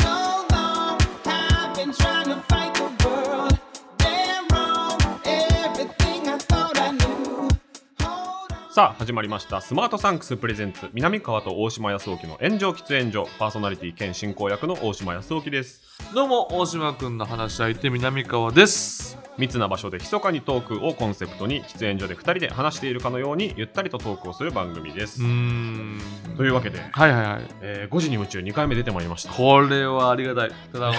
So long, I've been trying to fight the world. Damn wrong, everything I thought I knew. Hold on. さあ、始まりました。スマートサンクスプレゼンツ、南川と大島康沖の炎上喫煙所、パーソナリティ兼進行役の大島康沖です。どうも、大島くんの話し相手、南川です。密な場所で密かにトークをコンセプトに、喫煙所で2人で話しているかのように、ゆったりとトークをする番組でうすー。ん。というわけで、はいはいはい。えー5時に夢中2回目出てまいりま した。これはありがたい。ただ、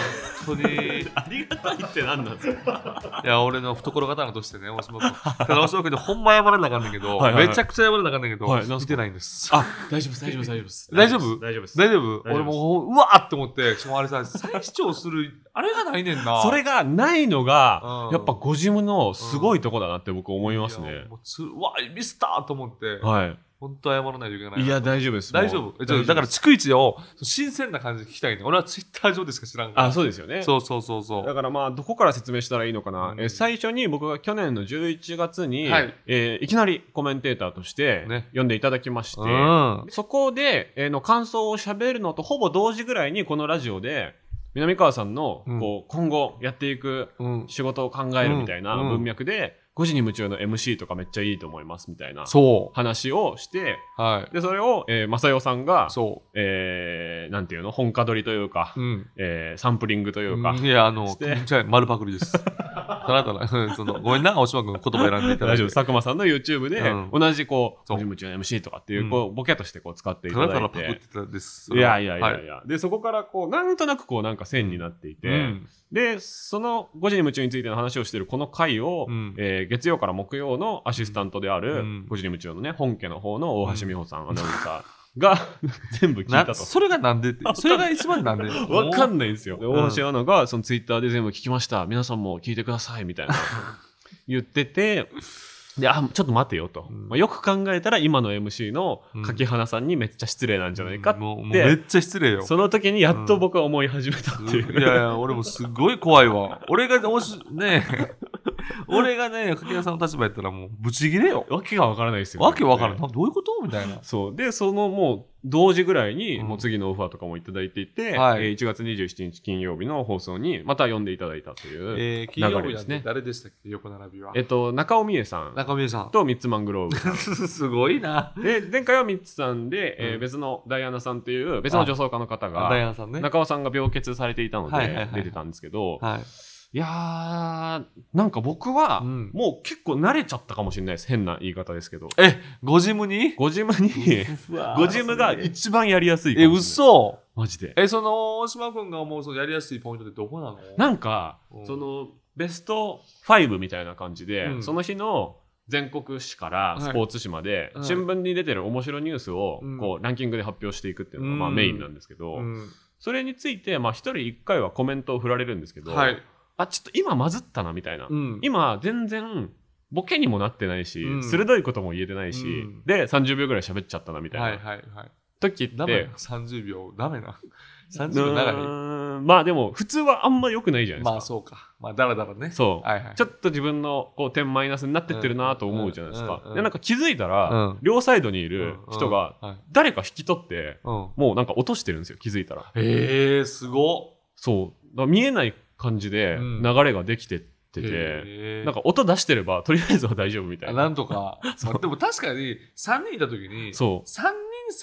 本当に、い ありがたいって何なんですかや、俺の懐刀としてね、大島くん。ただ、大島くんでほんま謝らなあかんねんけはいど、はいはいめちゃくちゃ謝らなあかんねんけど、はいなん見すてないんです。あ、大丈夫です、大丈夫です、大丈夫です大丈夫大丈夫です。大丈夫大丈夫です俺もほん、うわーって思って、しかもあれさ、再視聴する、あれがないねんな。それがないのがう、んやっぱゴジムのすごいとこだなって僕思いますいやね。もうつうわミスターと思って、は本当謝らないといけない。い。いや、大丈夫です。大丈もう夫。えちょっとだから、、逐一を新鮮な感じで聞きたいね。俺はツイッター上でしか知らんから。あ、そうですよね。そうそうそうそうだからまあ、どこから説明したらいいのかな。うんえ最初に僕が去年の11月に、はいえーいきなりコメンテーターとしてね呼んでいただきまして、うん。そこで、えーの感想を喋るのとほぼ同時ぐらいにこのラジオで、南川さんの、うんこう、今後やっていくうん。仕事を考えるみたいなうんうん文脈で、5時に夢中の MC とかめっちゃいいと思いますみたいなそ話をして、う。はい。で、それを、えー、正代さんが、そえー、なんていうの本家取りというか、う。うん。えーサンプリングというか、いや、あの、してじゃあ丸パクリ です。ただただ、 うんその、ごめんな、大島君、言葉選んでいただ大丈夫いて。です佐久間さんの YouTube で、うん同じこう、そうムチの MC とかっていう、うんこう、ボケとしてこう使っていたただただい、だパクっててたです。いやいやいはやいや、で、そこからこう、なんとなくこう、なんか線になっていて、うん。で、その5時に夢中についての話をしているこの回を、うんえー月曜から木曜のアシスタントである、うん5時に夢中のね、本家の方の大橋美穂さん、アナウンサー が全部聞いたなと。それがなんでって、それが一番なんで。 わかんない。ないんですよ。でうん大橋アナが、そのツイッターで全部聞きました。皆さんも聞いてください、み たいな。言ってて、で、あ、ちょっと待てよと。うんまあ、よく考えたら、今の MC のうん柿花さんにめっちゃ失礼なんじゃないかって、もう、もうめっちゃ失礼よ。その時にやっと僕は思い始めたっていう。いやいや、俺もすごい怖いわ。俺が、おし、 ねえ、俺がね、柿田さんの立場やったらもう、ブチギレよ。わけがわからないですよね。わけわからん。ねなどういうことみたいな。そう。で、そのもう、同時ぐらいに、うんもう次のオファーとかもいただいていて、はいえー1月27日金曜日の放送に、また呼んでいただいたという。えー、金曜流れ日でなすんねて誰でしたっけ、横並びはえ。っと、中尾美恵さん中見さん。とミッツマングローブ すごいな。 で前回はミッツさんで、えーうん別のダイアナさんという別の女装家の方ダイアがンさんね。中尾さんが病欠されていたのはいはいはで出いてたんですけどはい。いやーなんか僕はうんもう結構慣れちゃったかもしれないです変な言い方ですけどえ、ごジムにごジム にごジムが一番やりやすいかもしえ、れない嘘マジでえ、その、大島君が思う、その、やりやすいポイントってどこなのなんかうんそのベスト5みたいな感じで、うんその日の全国紙からはいスポーツ紙まで、はい新聞に出てる面白ニュースをうんこうランキングで発表していくっていうのがまあうんメインなんですけど、うんそれについて、まあ、一人一回はコメントを振られるんですけど、はい。あちょっと今まずったなみたいな、うん。今全然ボケにもなってないし、うん鋭いことも言えてないし、うんで30秒ぐらい喋っちゃったなみたいな、はいはいはい。時っダメてな。30秒、ダメな。う30秒長い。ーんまあでも普通はあんま良くないじゃないですか、まあそうか。まあ、だらだらね。そうはいはい。ちょっと自分のこう点マイナスになってってるなと思うじゃないですか、うんうんうんでなんか気づいたら、うん両サイドにいる人がうんはい誰か引き取ってうんもうなんか落としてるんですよ気づいたらへえすごそうだから見えない感じでうん流れができてってて、へーなんか音出してればとりあえずは大丈夫みたあいな。なんと かまあでも確かに3人いた時に3そう。人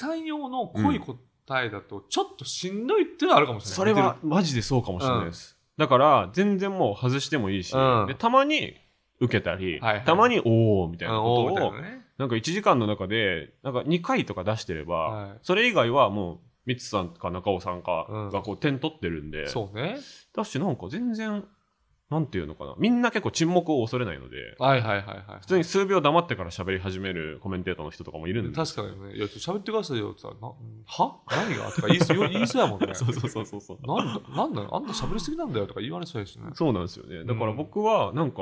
3用の濃い答えだとちょっとしんどいっていうのはあるかもしれないそれはマジでそうかもしれないです。だから全然もう外してもいいし、うんでたまに受けたり、はいはいたまにおおみたいなこ見とてるを、うんおーみたいなねなんか1時間の中でなんか2回とか出してれば、はいそれ以外はもうミツさんか中尾さんかうんがこう点取ってるんで、そうねだしなんか全然なんていうのかなみんな結構沈黙を恐れないのではいはいはいはい普通に数秒黙ってから喋り始めるコメンテーターの人とかもいるんで確かにね「いやちょっと喋ってくださいよ」って言ったらなは何が?」とか言いそう言いそうやもん ねそうそうそうそうそうなんだなんだよあんた喋りすぎなんだよとか言われそうやしねそうなんですよね。だからうん僕はなんか、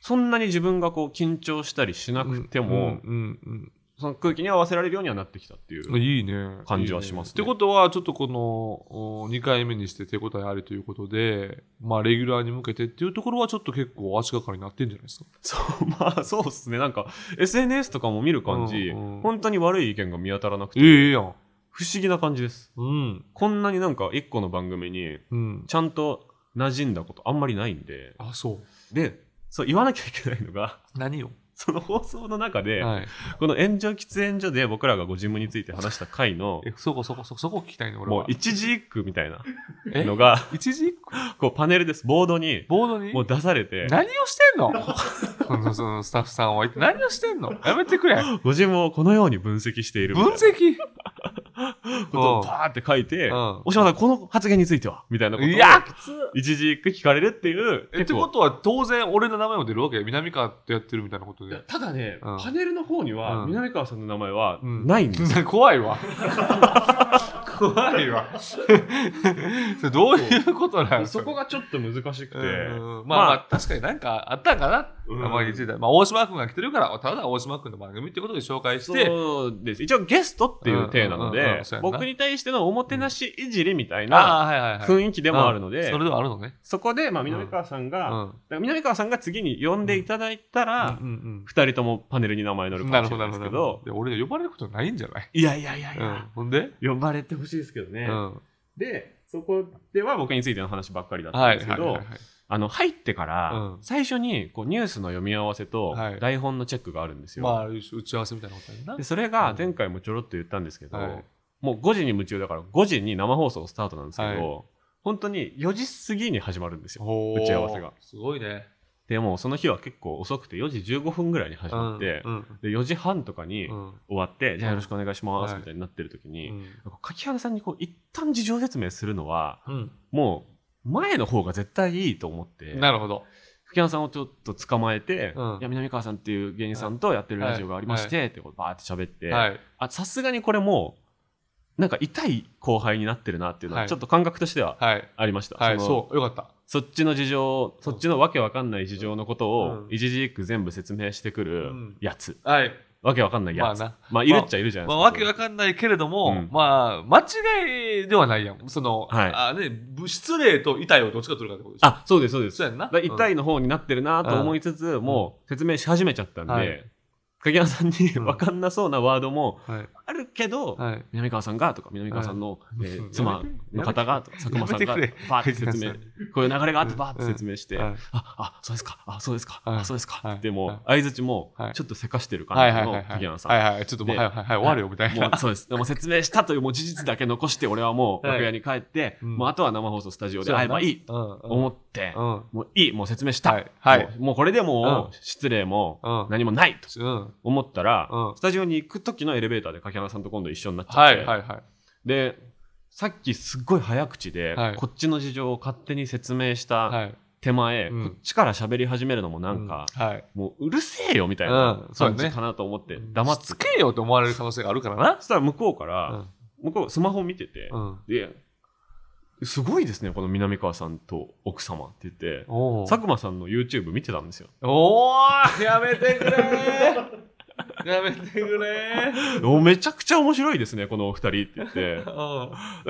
そんなに自分がこう緊張したりしなくても、うんうんうんその空気に合わせられるようにはなってきたっていう。いいね。感じはしますねいいってことは、ちょっとこの2回目にして手応えありということで、まあ、レギュラーに向けてっていうところは、ちょっと結構足がかりになってんじゃないですか。 そう、まあそうっすね。なんか SNS とかも見る感じ、うんうん本当に悪い意見が見当たらなくて、ええやん。不思議な感じです。うん。こんなになんか一個の番組にうん。ちゃんと馴染んだことあんまりないんで、あ、そう。で、そう言わなきゃいけないのが、 何をその放送の中で、はい。この炎上喫煙所で僕らがご自分について話した回の、え、そこそこそこ、そこ聞きたいの、俺は。もう一字一句みたいなえのが、一時一句こうパネルです、ボードに、ボードにもう出されて、何をして んのそのそのスタッフさんは何をしてんのやめてくれ。ご自分をこのように分析しているみたい分な析ことをバーって書いて、うんおしまさん、この発言についてはみたいなことをいや、きつ一時一句聞かれるっていう。えってことは当然俺の名前も出るわけ南川ってやってるみたいなことで。ただね、うんパネルの方には、うん南川さんの名前はうんないんです、 怖 いわ。怖いわ。 それどういうことなんそこがちょっと難しくて、うんまあ、まあ、確かになんかあったんかな、うん名前についてまあ、大島君が来てるからただ大島君の番組ってことで紹介してそうです一応ゲストっていう体なので、うんうんうんそうやな僕に対してのおもてなしいじりみたいなああはいはいはい雰囲気でもあるので、うんそそれではあるのねこで、まあ、南川さんうが、だんから南川さんが次に呼んでいただいたら、うんうん二2人ともパネルに名前載うるんかなもるしほれどなないるでほすどけどで俺が呼ばれることないんじゃない、いやいやいやいや、うん、ほんで、呼ばれてほしいですけどね、うんでそこでは僕についての話ばっかりだったはんいではすいけはいはどいあの入ってから、うん最初にこうニュースの読み合わせとはい台本のチェックがあるんですよ、まあ打ち合わせみたいなことやなでそれが前回もちょろっと言ったんですけど、はいもう5時に夢中だから5時に生放送スタートなんですけど、は本当に4時過ぎに始まるんですよ打打ち合わせがすごいねでもうその日は結構遅くて4時15分ぐらいに始まって、うんで4時半とかにうん終わって、じゃあよろしくお願いしますはいみたいになってる時に、うん柿原さんにこう一旦事情説明するのはうんもう前の方が絶対いいと思ってなるほど福山さんをちょっと捕まえて、うんいや南川さんっていう芸人さんとやってるラジオがありまして、ってこうバーって喋って、はいあさすがにこれもうなんか痛い後輩になってるなっていうのは、はいちょっと感覚としてははいありました、はいのそうよかったそっちの事情そっちのわけわかんない事情のことをうん一字一句全部説明してくるうんやつ、はいわけわかんないまやあつ、なまあいるっちゃいるじゃないでますか、あわけわかんないけれども、うんまあ間違いではないやんその、はいあねぶ失礼と痛いをどっちか取るかってことでしょあそうですそうですそうやんなだから痛いの方になってるなと思いつつ、もう説明し始めちゃったんで、はい影山さんにん分かんなそうなワードもうんはいあるけど、はい南川さんがとか南川さんの、えー やめて妻の方がとか佐久間さんがやめてくれバーって説明 影山こういう流れがあってうんバーって説明して、はいああそうですかあそうですか、はいあそうですか、はいでもは相づちもはいちょっとせかしてるはい感じのはいはいは影い山さん。はいはいちょっともうではいはいはい終わるよみたいも なうそうです。もう説明したというもう事実だけ残して、俺はもうはい楽屋に帰って、うんもうあとは生放送ス タジオで会えばいいうんうんと思って、うんもういい、もう説明した。はいはいもうもうこれでもううん失礼もうん何もないとうん思ったら、うんスタジオに行く時のエレベーターで柿原さんと今度一緒になっちゃはって、いはいはいで、さっきすっごい早口で、はいこっちの事情を勝手に説明したはい手前、うんこっちから喋り始めるのもなんか、うんはいもううるせえよみたいなうんそう感だねじかなと思って黙ってしつけよと思われる可能性があるからなそしたら向こうかうら、ん向こうスマホ見てて、うんですごいですねこの南川さんと奥様って言っておー佐久間さんの YouTube 見てたんですよおーやめてく れーやめてくれーおめちゃくちゃ面白いですねこのお二人って言っうて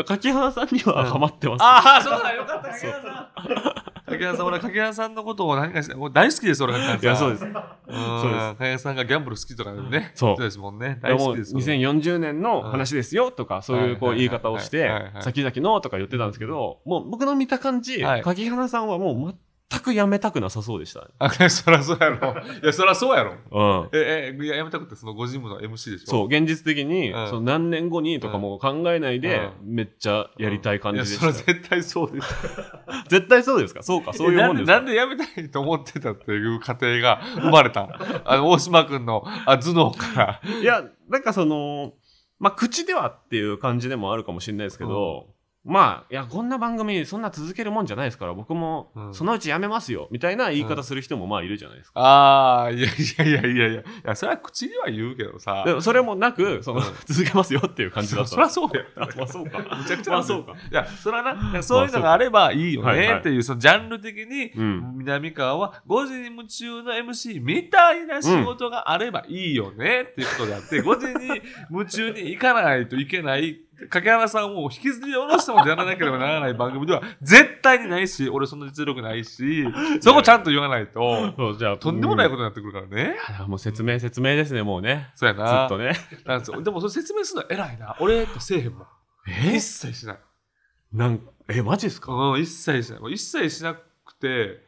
ん柿原さんにはうんハマってます、ああ、そうだ、よかった、柿原さん。柿原さん、俺、柿原さんのことを何かして、もう大好きです、俺、柿原さん。いやそうですうん。そうです柿原さんがギャンブル好きとかね、そう人ですもんね。いやも大好うきですよ。 2040年の話ですよとか、そういうこはうい言い方をしはていはいはい先々のとか言ってたんですけどもう僕の見た感じ、はい柿原さんはもう全くやめたくなさそうでした、あ、そらそうやろ。いや、そらそうやろ。うん、え、え、いややめたくて、そのごジムの MC でしょ。そう現実的に、うんその何年後にとかもう考えないで、めっちゃうん。やりたい感じでいやしそた、れ絶対そうです。絶対そうですかそうか そういうもんですなかんでなんでやめたいと思ってたっていう過程が生まれたんあの、大島君のあ頭脳から。いやなんかそのまあ口ではっていう感じでもあるかもしれないですけど、まあいやこんな番組そんな続けるもんじゃないですから僕もうんそのうちやめますよみたいな言い方する人もまあいるじゃないですか、ああ、いやいやいやいやいや、いやそれは口には言うけどさ。でもそれもなくその、うん続けますよっていう感じだったそりゃそうだよ。あ まあそうか むちゃくちゃまあなんだそようかいや、それはな、だからそういうのがあればいいよはいはいねっていう、そのジャンル的に、うん南川は5時に夢中の MC みたいな仕事があればいいよねっていうことであって、5時に夢中に行かないといけない、掛原さんを引きずり下ろしてもやらなければならない番組では絶対にないし、俺その実力ないし、そこちゃんと言わないと、そうじゃあとんでもないこことになってくるからね。と、あもう説明説明ですねもうねそう やずな。っとねなんですよでもそれ説明するの偉いな。俺ってせえへんもん。一切しない。なんえマジですかうん、一切しない。もう一切しなくて、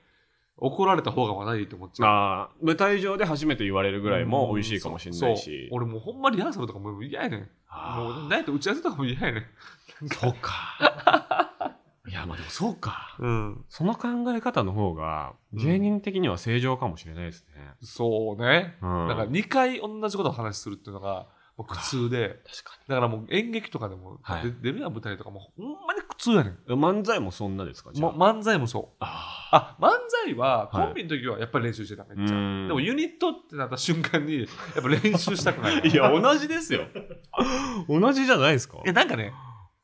怒られた方がまだいいと思っちゃう。あー舞台上で初めて言われるぐらいも美味しいかもしれないしそう俺もうほんまリハーサルとかもう嫌やねん。あもうないと打ち合わせとかも嫌やねん。ーそうかいやまあでもそうかうん。その考え方の方がうん芸人的には正常かもしれないですね。そうね。うんだから確2回同じことを話するっていうのが、もう苦痛で。かだからもう演劇とかでもはい出出るやん舞台とかもうほんまに苦痛やねん。に。漫才もそんなですかじゃまあ。漫才もそう。ああ、漫才ははいコンビの時はやっぱり練習してためっーちゃ。でもいユニットってなった瞬間に、やっぱ練習したくない。や、 同じですよ。同じじゃないですかいや、なんかね、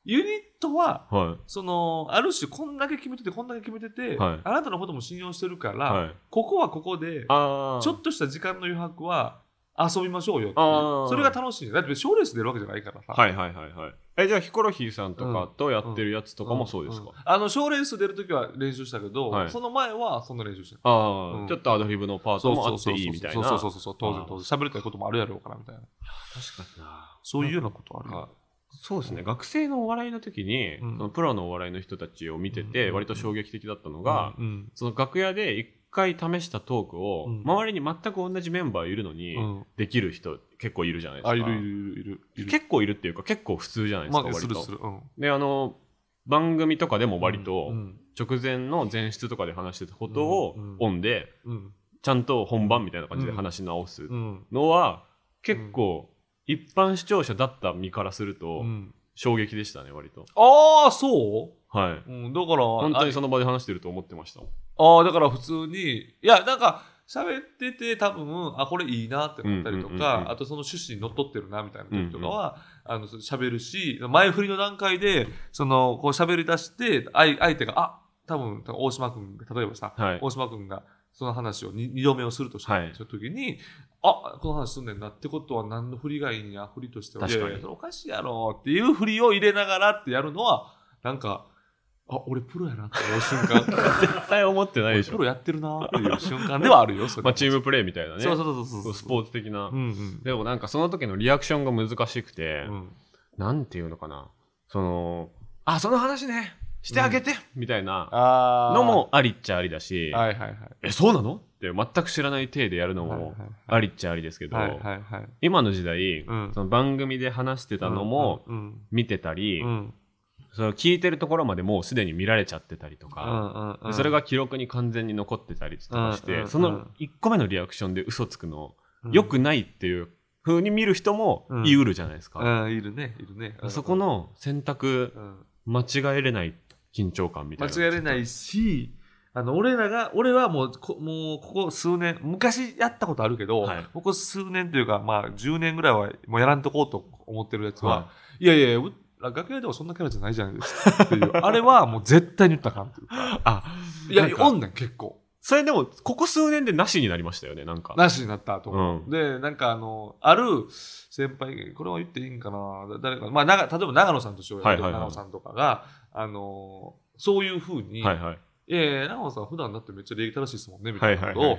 ユニットは、はその、ある種、こんだけ決めてて、こんだけ決めてて、はいあなたのことも信用してるから、い。はい。ここはここで、あちょっとした時間の余白は遊びましょうよっていうあーそれが楽しいね。だって、賞レース出るわけじゃないからさ。はいはいはいはい。え、じゃあヒコロヒーさんとかとやってるやつとかもそうですかんんあの、賞レース出るときは練習したけど、はいその前はそんな練習してない。あうあ、んちょっとアドリブのパートもあっていいみたいな。そうそうそうそう、当あ然ー当然。喋りたいこともあるやろうからみたいな。確かになそういうようなことあるよなんかそうですね学生のお笑いの時に、うんそのプロのお笑いの人たちを見てて、うん割と衝撃的だったのが、うんその楽屋で一回試したトークを、うん周りに全く同じメンバーいるのに、うんできる人結構いるじゃないですか。あ、いるいるいるいる。結構いるっていうか結構普通じゃないですまか、あ、す割ると。する。うん。であの番組とかでも割とうん直前の前室とかで話してたことをうんオンでうんちゃんと本番みたいな感じで話し直すうんのは結構一般視聴者だった身からするうとん、衝撃でしたね割と。ああそ、はいううん、だから本当にあその場で話してると思ってましたもん。あーだから普通にいやなんか喋ってて多分あこれいいなってなったりとか、うんうんうんうんあとその趣旨にのっとってるなみたいな時とかは、あのそう喋るし前振りの段階でそのこう喋り出して相相手があ多分多分大島君が例えばさ、はい大島君がその話をに二度目をするとした、はいその時にあこの話すんねんなってことは何の振りがいいんや振りとしては確かにいやいやそれおかしいやろっていう振りを入れながらってやるのはなんかあ俺プロやなって思う瞬間絶対思ってないで俺しプょ。ロやってるなっていう瞬間ではあるよそれ まあチームプレーみたいなね。そうそうそうこそううスポーツ的なう。んうんでもなんかその時のリアクションが難しくて、うんなんていうのかな。その、あ、その話ね、してあげて、みたいなあーのもありっちゃありだし、はいはいはいえ、そうなのって全く知らない体でやるのはいもはいありっちゃありですけど、はいはいはい今の時代、うんその番組で話してたのもうんうん見てたり、うんその聞いてるところまでもうすでに見られちゃってたりとうんか、うんうでんそれが記録に完全に残ってたりとかして、うんうんその1個目のリアクションで嘘つくの、うん良くないっていう風に見る人も言いうるじゃないですか。うんいるねいるねうんそこの選択うん間違えれない緊張感みた間い違な。えれないし、あの俺らが、俺はもうこ、もうここ数年、昔やったことあるけど、はいここ数年というか、まあ、10年ぐらいはもうやらんとこうと思ってるやつは、、はいやいや、う楽屋ではそんなキャラじゃないじゃないです かっていう、あれはもう絶対に言ったらあかんっていうか、あ、いやなん、かおんねん、結構、それでも、ここ数年でなしになりましたよね、なんか。なしになったとう思ん。で、なんかあの、ある先輩、これは言っていいんかな、だ誰か、まあ、長例えば長野さんとしようよ、はいはいはい長野さんとかが、あのそういうふうに、はいはい。いやいや、長野さん、普段だってめっちゃ礼儀正しいですもんね、みはたいいはないことはいは、を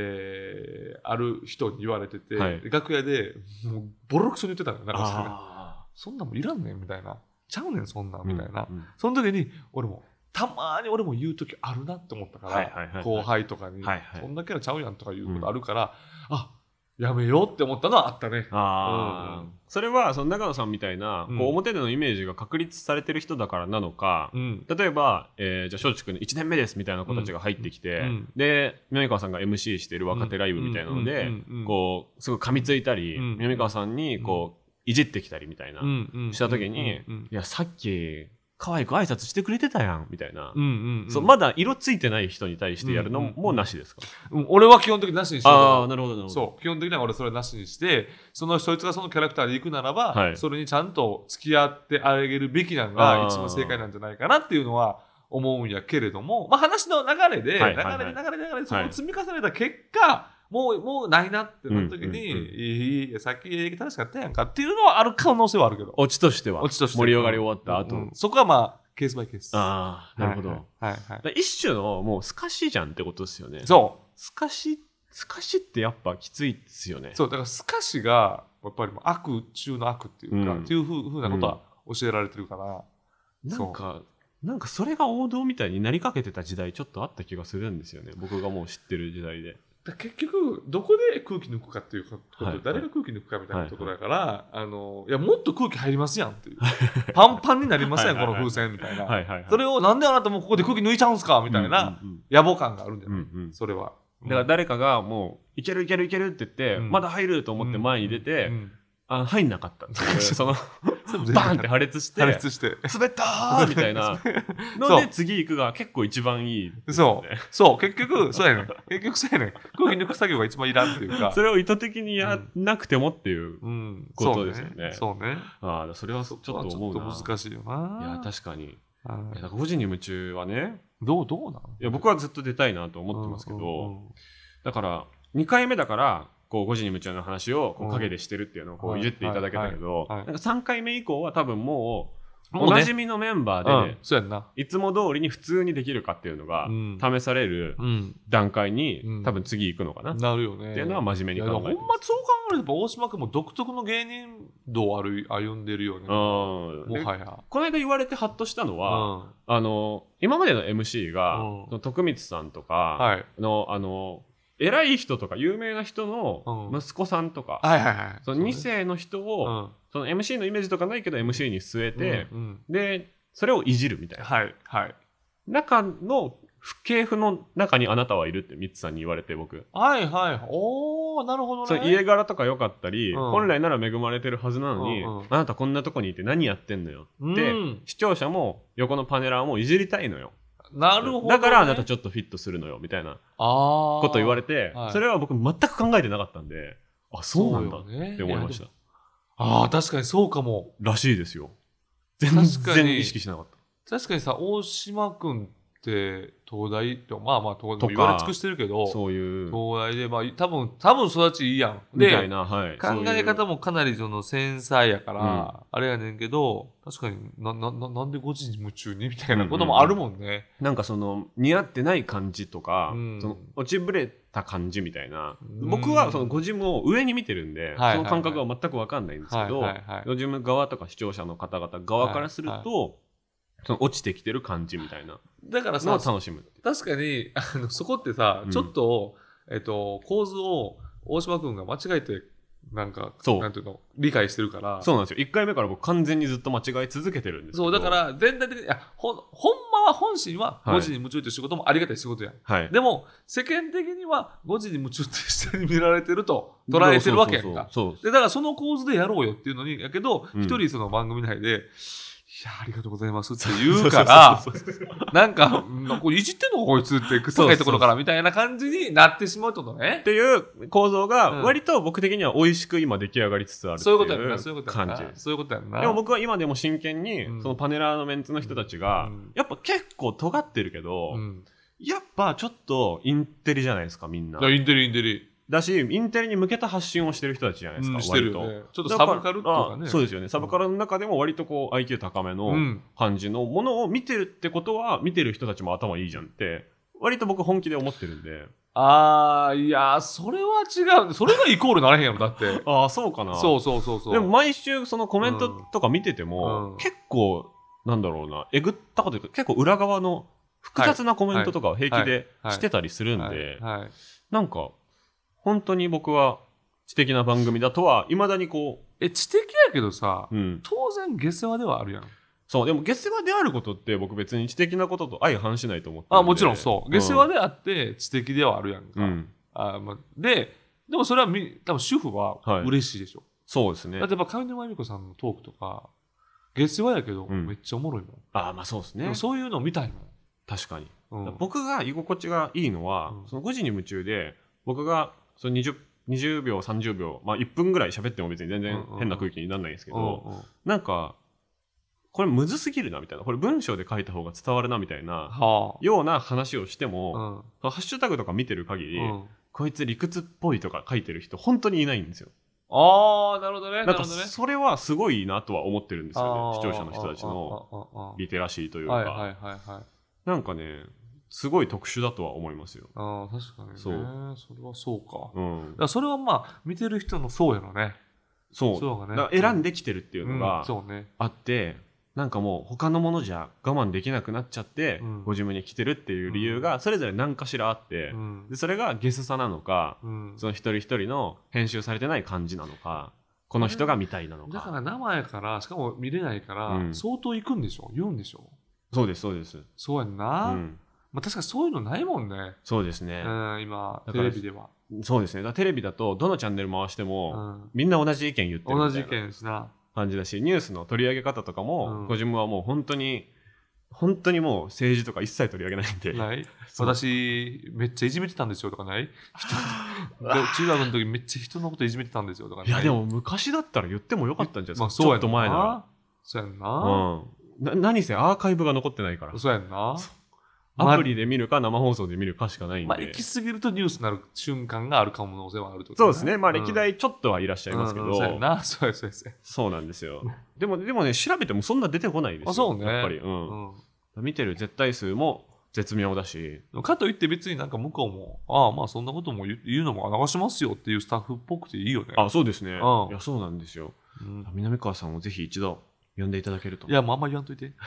えーある人に言われてて、はい楽屋で、もう、ボロクソに言ってたのよ、長野さんが。あそんなんもいらんねん、みたいな。ちゃうねん、そんなん、ーみたいな。うんうんその時に、俺も、たまに俺も言う時あるなって思ったから、はいはいはい後輩とかに、はいはいそんだけのちゃうやんとか言うことあるから、あ、やめようって思ったのはあったね。あー、うんそれは、その長野さんみたいな、うんこう表でのイメージが確立されてる人だからなのか、うん。例えば、えー、じゃあ松竹の1年目ですみたいな子たちが入ってきて、うんうんで南川さんが MC してる若手ライブみたいなので、うんうんうんこうすごい噛みついたり、うん南川さんにこう、いじってきたりみたいな、うんうんした時に、うんうんいやさっき可愛く挨拶してくれてたやんみたいな、うんうん、うん。そうまだ色ついてない人に対してやるのも,、うんうんうんなしですか、うん俺は基本的になしにしてるああなるほどなるほどそう基本的には俺それはなしにしてそのそいつがそのキャラクターで行くならば、はいそれにちゃんと付き合ってあげるべきなのがあー一番正解なんじゃないかなっていうのは思うんやけれども、まあ、話の流れで、はいはいはい流れで流れで流れでそはのい積み重ねた結果、もうもうないなってなった時に、うんうんうんいいいいさっき映画楽しかったやんかっていうのはある可能性はあるけどオチとしてはオチとしては盛り上がり終わった後、うんそこはまあケースバイケースああなるほど、はいはいはいはいだから一種のもう透かしじゃんってことですよねそう透かし透かしってやっぱきついですよねそうだからスカシがやっぱりもう悪中の悪っていうか、うんっていうふうふうなことは教えられてるから、なんかなんかそれが王道みたいになりかけてた時代ちょっとあった気がするんですよね僕がもう知ってる時代でだから結局どこで空気抜くかっていうこと、はい誰が空気抜くかみたいなところだから、あのいやもっと空気入りますやんっていうパンパンになりますやんはいこはいのはい風船みたいな、はいはいはいそれをなんであなたもうここで空気抜いちゃうんすかみたいなうん野暮感があるんじゃうんうない、んうんうんそれはだから誰かがもういけるいけるいけるって言って、うんまだ入ると思って前に出て、うんあ入んなかったんですよ その全部バーンって破裂して破裂して滑った ーみたいなので次行くが結構一番いいそうそう結局そうやねん結局そうやねん空気抜く作業が一番いらんっていうかそれを意図的にやんなくてもっていう、うんことですよねそうね。ああそれはちょっとそうね思うなちょっと難しいよな。いや確かにいはいやだから個人に夢中はねどう、どうなのいや僕はずっと出たいなと思ってますけど、うんうんだから2回目だからこう5時に夢中の話をこう陰でしてるっていうのをこううんいじっていただけたけど、はいはいはいなんか3回目以降は多分もうもうおねなじみのメンバーで、うんそうやんな。いつも通りに普通にできるかっていうのがうん試されるうん。段階に、うん多分次行くのかな、っなるよね。ていうのは真面目いにや考でもほえてんまそう考えるとやっぱ大島君も独特の芸人道を歩い歩んでるよね。もうんではや。この間言われてハッとしたのうんは、あの今までの MC が、うんその徳光さんとか、はい。のあの偉い人とか有名な人のうん息子さんとか、はいはいはい。その2世の人を、その MC のイメージとかないけど MC に据えそうねて、うんうんでそれをいじるみたいなはいはい。中の不系譜の中にあなたはいるってミッツさんに言われて僕はいはい。おー、なるほそどのね。家柄とか良かったり、うん本来なら恵まれてるはずなのに、うんうんあなたこんなとこにいて何やってんのようって、ん視聴者も横のパネラーもいじりたいのよなるほどね。だからあなたょっちょっとフィットするのよみたいなとこと言われて、はいそれは僕全く考えてなかったんであそうなんだって思いました、た。ああ、確かにそうかも。らしいですよ全確か然に意識しなかった確かにさ、大島君って東大って、まあまあ東とか大言われ尽くしてるけど、東そういう大で、まあ多分、多分育ちいいやん。みたいで、な、はい、考え方ももかなりその繊細やから、うんあれやねんけど、確かにな、な、ななんで5時に夢中にみたいうんうんうなんこともあるもんね。なんかその似合ってない感じとか、うんその落ちぶれた感じみたいな、うん僕はそのご自分を上に見てるんで、はいその感覚は全く分かんないんですけど、はいはいはいご自分側とか視聴者の方々側からすると、その落ちてきてる感じみたいなだからのをさ、楽しむっていう確かに、あの、そこってさ、うんちょっと、えっと、構図を大島君が間違えて、なんか、そうなんていうの、理解してるから、そうなんですよ1回目から僕完全にずっと間違い続けてるんですけどそうだか、ら全体的にいやほんほんまは本心ははい5時に夢中という仕事もありがたい仕事やん、はい、でも世間的には5時に夢中って下に見られてると捉えてるわけやんかそうそうそうそうでだからその構図でやろうよっていうのにやけどうん一、人その番組内で「いやありがとうございます」って言うからそうそうそうそうなんかなんかこれいじってんのかこいつって臭いところからみたいな感じになってしまうってことっねていう構造がうん割と僕的には美味しく今出来上がりつつあるってそういうことやんいなそういううことやん感なじです。そういうことやんなでも僕は今でも真剣にうんそのパネラーのメンツの人たちがうんやっぱ結構尖ってるけどうん、やっぱちょっとインテリじゃないですかみんないやインテリインテリだしインテリに向けた発信をしてる人たちじゃないですうかんしてる割よとねちょっとサブカルっていうかだからねあそうですよねサブカルの中でも割とこう IQ 高めのうん感じのものを見てるってことは見てる人たちも頭いいじゃんって割と僕本気で思ってるんでああ、いやー、それは違う。それがイコールならへんやろ、だって。 ああそうかなそうそうそうそう。でも毎週そのコメントとか見てても、うん結構なんだろうなえぐったこというか結構裏側の複雑なコメントとかを平気ではいしてたりするんで、はい、はい。なんか本当に僕は知的な番組だとはいまだにこえ、知的やけどさ、う、うん、当然下世話ではあるやん。そうでも下世話であることって僕別に知的なことと相反しないと思ってるであ、もちろんそう。下世話で、であって、知的ではあるやんか。うんうんあま、で、でもそれはみ、多分主婦ははい嬉しいでしょ。そうですねだってやっぱ上沼恵美子さんのトークとか、月曜やけど、うんめっちゃおもろいもん。ああまあそうですでねもそういうの見たい確かに、もん。うん、僕が居心地がいいのは、うんその5時に夢中で僕がその 20, 20秒30秒まあ1分ぐらい喋っても別に全う然んうん変な空気にならないんですけど、うんうんなんかこれむずすぎるなみたいなこれ文章で書いた方が伝わるなみたいなはような話をしても、あ。ハッシュタグとか見てる限り、うんうんこいつ理屈っぽいとか書いてる人本当にいないんですよああ、なるほどなね。なんるかほどね。それはすごいなとは思ってるんですよね視聴者の人たちののリテラシーというか、はいはいはいはい。なんかねすごい特殊だとは思いますよ、ああ、確かにね。そそうれはそうか。うだんか、らそれはまあ、見てる人のそうやろね。そうそうだがかね。ら選んでできてるっていううのんがそうね。あって、なんかもう他のものじゃ我慢できなくなっちゃって、うんご自分に来てるっていう理由がそれぞれ何かしらあって、うんでそれがゲスさなのか、うんその一人一人の編集されてない感じなのかこの人が見たいなのかだから生やから、しかも見れないから、うん相当行くんでしょ言うんでしょそうですそうです、そうやんうな。ん、まあ確かにそういうのないもんね。そうですね、うん、今、だテからレビでは。そうですねだからテレビだとどのチャンネル回しても、うんみんな同じ意見言ってる同みたじ意いな見やしな。感じだしニュースの取り上げ方とかも、うんご自分はもう本当に本当にもう政治とか一切取り上げないんでないそう私、めっちゃいじめてたんですよとかない 人で中学の時めっちゃ人のこといじめてたんですよとかないいやでも昔だったら言ってもよかったんじゃないですか、まあそうやちょっと前なそうやんら、な。うん、な何せアーカイブが残ってないからそうやんな。まアプリで見るか生放送で見るかしかないんで、まあ、行き過ぎるとニュースになる瞬間がある可能性はあるとそうですねまあ歴っ代ちょっとはいらっしゃいますけど、そうやんな。そうやそうやそうや。そうなんですよでもでもね調べてもそんな出てこないですよあそうねやっぱり、ううんん見てる絶対数も絶妙だしでもかといって別になんか向こうも、ああまあそんなことも言う言うのも流しますよっていうスタッフっぽくていいよね。あそうですねうんいやそうなんですようん南川さんをぜひ一度呼んでいただけるといや、もうあんま言わんといて。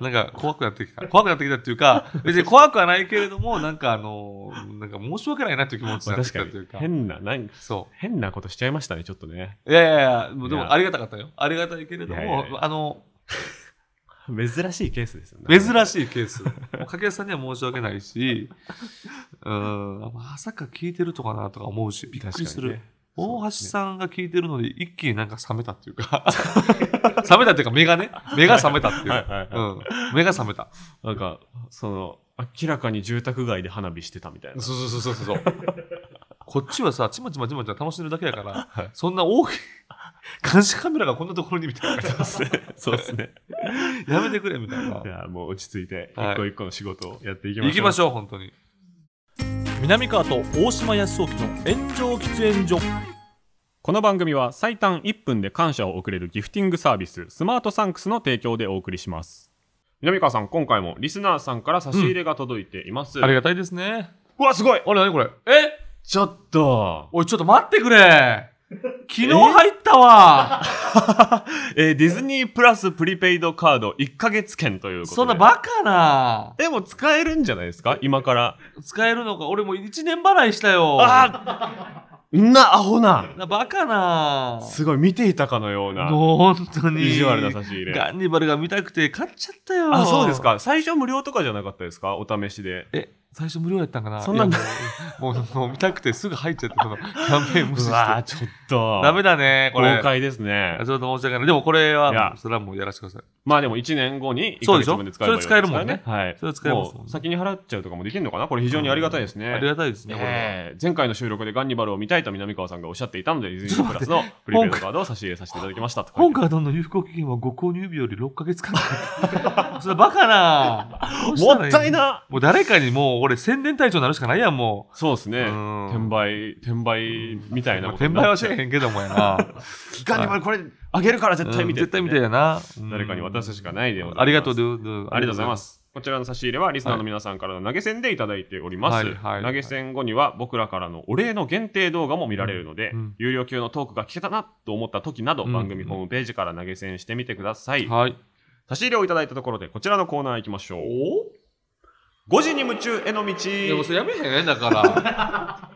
なんか怖くなってきた。怖くなってきたっていうか、別に怖くはないけれども、なんかあの、なんか申し訳ないなっていう気持ちにまあなってき確かたといにうか。変ななんそ変なことしちゃいましたねちょっとねう。いやいやいや、もうでいもやありがたかったよ。ありがたいけれども、いやいやいやあの、珍しいケースですよね珍しいケース。もう掛橋さんには申し訳ないし、 うん、まさか聞いてるとかなとか思うし、びっくりす確かる。にね大橋さんが聞いてるので、一気になんか冷めたっていうか、 冷めたっていうか、目がね、目が冷めたっていう。はいはいはいうん、目が覚めた。なんかその明らかに住宅街で花火してたみたいなそうそうそうそうそう。こっちはさ、ちまちまちまちま楽しんでるだけやから、はいそんな大きい監視カメラがこんなところにみたいな。そうですねやめてくれみたいなじ。ゃあもう落ち着いてはい一個一個の仕事をやっていきましょう、行きましょう、本当に。南川と大島康雄の炎上喫煙所この番組は最短1分で感謝を送れるギフティングサービススマートサンクスの提供でお送りします南川さん今回もリスナーさんから差し入れが届いています、ありがたいですね。うわすごいあれ、何これえちょっとおい、ちょっと待ってくれ昨日入ったわえーディズニープラスプリペイドカード1ヶ月券ということでそんなバカなでも使えるんじゃないですか今から使えるのか俺もう1年払いしたよああんなアホななバカなすごい見ていたかのような本当に意地悪な差し入れガンニバルが見たくて買っちゃったよあそうですか最初無料とかじゃなかったですかお試しでえ最初無料やったんかなそんなんいやもうもうもう見たくてすぐ入っちゃってこのキャンペーン無う視してわーちょっとダメだねこれ豪快ですねあちょっと申し訳ないでもこれいやはそれはもうやらせてくださいまあでも1年後に1そヶうでし月ょ分で使えばいいわけそれ使えるですからもんねはいそれ使えますもんねう先に払っちゃうとかもできるのかなこれ非常にありがたいですね、ありがたいですねこれはええ前回の収録でガンニバルを見たいと南川さんがおっしゃっていたので、ディズニープラスのプリペイドカードを差し入れさせていただきましたと。本カードの有効期限はご購入日より6ヶ月間 それバカなどうもらのったいなもう誰かにもう俺宣伝隊長になるしかないやんもそうですね。うん転売、転売みたう、いなまこあと転になっ売てはしへんけどもやなガンニバルこれあげるから 絶対見て、うん絶対見てやな、うん誰かに渡すしかないでございますありがとうどうどありがとうございます。こちらの差し入れはリスナーの皆さんからの投げ銭でいただいております。はいはい投げ銭後には僕らからのお礼の限定動画も見られるので、うんうん有料級のトークが聞けたなと思った時など、うん番組ホームページから投げ銭してみてください。はい差し入れをいただいたところでこちらのコーナー行きましょう。5時に夢中への道。でもそれやめへんだから。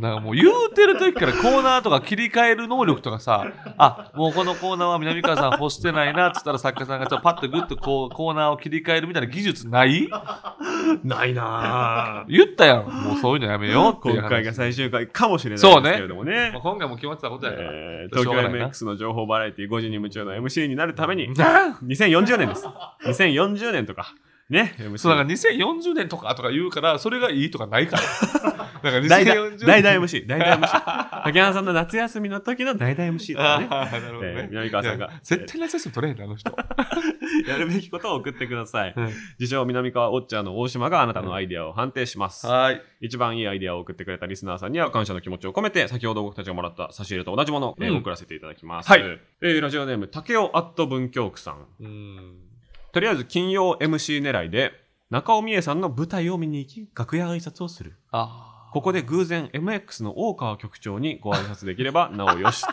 なんかもう言うてる時からコーナーとか切り替える能力とかさ、あ、もうこのコーナーは南川さん欲してないなっつったら作家さんがちょっとパッとグッとこうコーナーを切り替えるみたいな技術ないないなぁ。言ったやん。もうそういうの やめようっていう今話。回が最終回かもしれないそうですねけれどもねまあ。今回も決まってたことやから。えーしょ東う京がないな MX の情報バラエティ5時に夢中の MC になるために、なあ2040年です。2040年とか。ね。MC そうだから2040年とかとか言うから、それがいいとかないから。だから代2040々、代年。々 MC。代々 MC。竹原さんの夏休みの時の代々 MC とかね。ああ、なるほどえーね。南川さんがいや絶対ライセンス取れへんねあの人。やるべきことを送ってください。はい自称南川ウォッチャーの大島があなたのアイデアを判定します。はい。一番いいアイデアを送ってくれたリスナーさんには感謝の気持ちを込めて、先ほど僕たちがもらった差し入れと同じものを、えーうん送らせていただきます。はいえーラジオネーム、竹雄アット文京区さん。うん。とりあえず金曜 MC 狙いで、中尾美恵さんの舞台を見に行き、楽屋挨拶をする。あここで偶然 MX の大川局長にご挨拶できれば、なおよ し。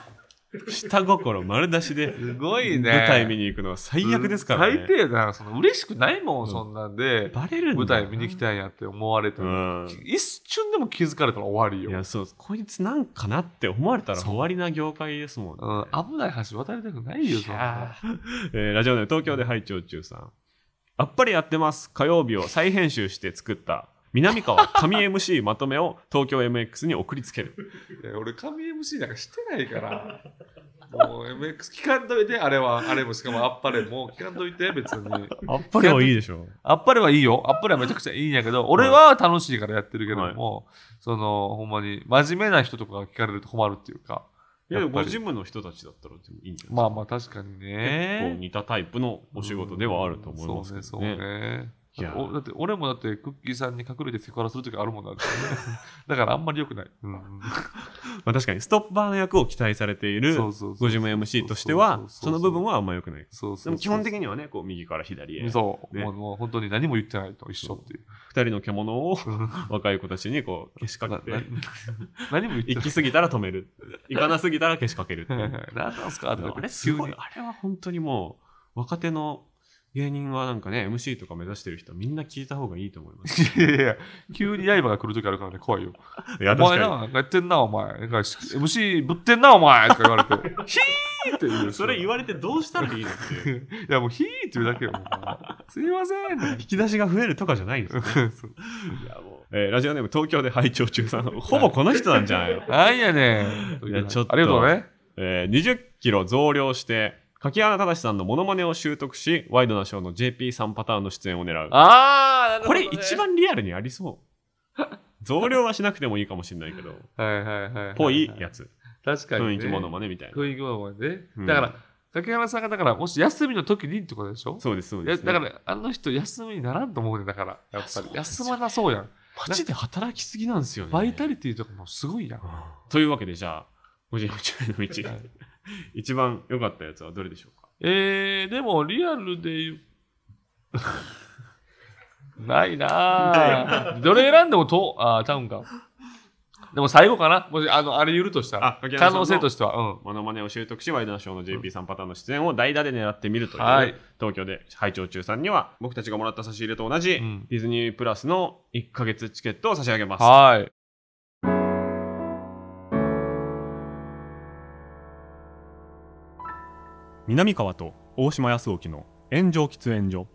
下心丸出しで、すごい舞ね。台見に行くのは最悪ですからね。最低だな。その嬉しくないうもんん、そんなんで。バレるん舞だよ台な見に来たんやって思われたうら。ん。一瞬でも気づかれたら終わりいよ。や、そう、こいつなんかなって思われたらそう終わりな業界ですもんね。うん、危ない橋渡りたくないよ、そんな。えーラジオネーム東京で拝聴中さん。あっぱれやってます。火曜日を再編集して作った。南川神 MC まとめを東京 MX に送りつける。いや俺、神 MC なんかしてないから。もう MX 聞かんといて、あれは、あれもしかもあっぱれも聞かんといて、別に。あっぱれはいいでしょ。あっぱれはいいよ。あっぱれはめちゃくちゃいいんやけど、俺は楽しいからやってるけども、その、ほんまに、真面目な人とかが聞かれると困るっていうか。いや、でもやっぱごり事務の人たちだったらでもいいんじゃないですか。まあまあ、確かに結構ね。似たタイプのお仕事ではあると思いますけどそうね。ね、そうね。いやおだって俺もだってクッキーさんに隠れてセクハラするときあるもんだって、ね、だからあんまり良くない、うん、まあ確かにストッパーの役を期待されているそごうそうそう事務 MC としてはそう、そうそうその部分はあんま良くない。そうそうそうでも基本的にはね、こう右から左へ、二そう、ねもうもう本当に何も言ってないと一緒っていう人の獣をうん 若い子たちにこう、けしかなけなて、何も言って行ないき過ぎたら止める。行かなすぎたらけしかけるっていはういはい何なんすかあとか言ってれすご急いに。あれは本当にもう、若手の芸人はなんかね、MC とか目指してる人はみんな聞いた方がいいと思い ます。いやいやいや急に刃が来るときあるからね、怖いよ。いや、お確前な、かなんかやってんな、お前。なんか MC ぶってんな、お前とか言われて。ヒーって言う。に。それ言わわれてどうしたらいいのっていう。いや、もうヒーって言うだけよ。もうすいませんっ て。引き出しが増えるとかじゃないんですよ、ねそう えーラジオネーム東京で拝聴中さん ほぼこの人なんじゃないの、なんやねん。いやちょっとありがとうね。えー、20キロ増量して柿原忠さんのモノマネを習得しワイドなショーの JP3 パターンの出演を狙うああ、これ一。番リアルにありそう増量はしなくてもいいかもしれないけどはいはいはいはい。ぽいやつ確かにね。雰囲気モノマネみたいな雰囲気ものまでねうんだから、竹原さんが、だから、もし休みの時にってことでしょそうですそういでやす、だから、あの人、休みにならんと思うね、だから、やっぱり。休まなそうやん。マジで働きすぎなんですよねバイタリティとかもすごいやん。というわけでじゃあ個人宇宙への道 一番良かったやつはどれでしょうかえー、でも、リアルで言う。ないなぁ。どれ選んでもと、あー、ちゃうんか。でも、最後かな。もし、あの、あれ言るとしたあら、竹原さ可んの能性としては、うん。モノマネを習得し、ワイドナショーの JP3 パターンの出演を代打で狙ってみるという、はい東京で拝聴中さんには、僕たちがもらった差し入れと同じ、んディズニープラスの1ヶ月チケットを差し上げます。はい。南川と大島康沖の炎上喫煙所。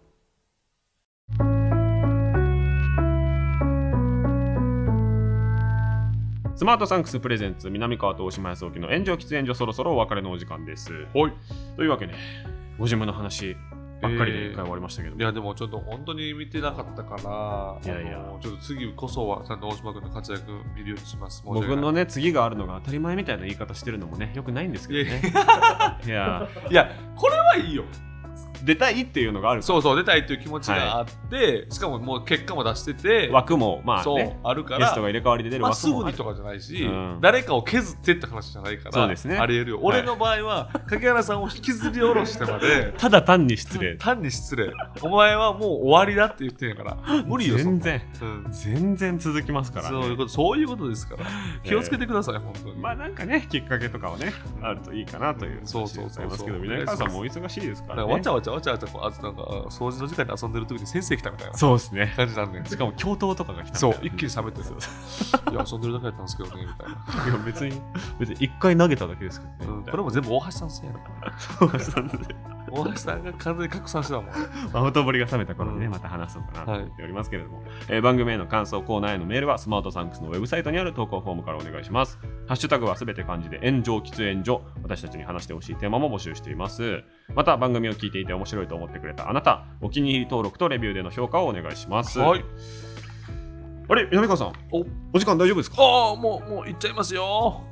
スマートサンクスプレゼンツ南川と大島康沖の炎上喫煙所そろそろお別れのお時間です。はい。というわけで、ご自分の話ばっかりで一回終わりましたけどいや、でも、ちょっと本当に見てなかったから、いやいやあのちょっと次こそは、ちゃんと大島君の活躍見るようにします。申し訳ない僕のね次があるのが当たり前みたいな言い方してるのもねよくないんですけどね いやいや、これはいいよ。出たいっていうのがあるかそうそう、出たいという気持ちがあって、しかももう結果も出してて、ら枠もまあそう、ねあるかゲストらが、入れ替わりで出るまあ、枠すぐもあにるとかじゃないし、うん誰かを削ってって話じゃないから、そうですねあり得るよ。俺の場合は、柿原さんを引きずり下ろしてまで、ただ単に失礼単に失礼。お前はもう終わりだって言ってんやから、無理よ、そん全な然うん全然続きますから、そういうこと、そういうことですから、気をつけてください、本当に。まあなんかねきっかけとかはねあるといいかなというそうそうそ話でございうそうますけど皆川さんもお忙しいですかなんかねらわちゃわちちゃわちゃわちゃこうあとなんか掃除の時間に遊んでる時に先生来たみたい なそうですね。感じなん で、ね、しかも教頭とかが来たんだそよう一気に喋ってるいや遊んでるだけやったんですけどねみ たい な、いや別に、別に一回投げただけですけどね。うんこれも全部大橋さんのせいやなそうなんです大橋さんが完全に拡散して たもんねまあ、ほとぼりが冷めた頃にね、うんまた話そうかなと思っておりますけれども、えー番組への感想、コーナーへのメールは、スマートサンクスのウェブサイトにある投稿フォームからお願いします。ハッシュタグはすべて漢字で、炎上喫煙所。私たちに話してほしいテーマも募集しています。また、番組を聞いていて面白いと思ってくれたあなた、お気に入り登録とレビューでの評価をお願いします。はいあれ、南川さん、おお時間大丈夫ですかああもうもう行っちゃいますよ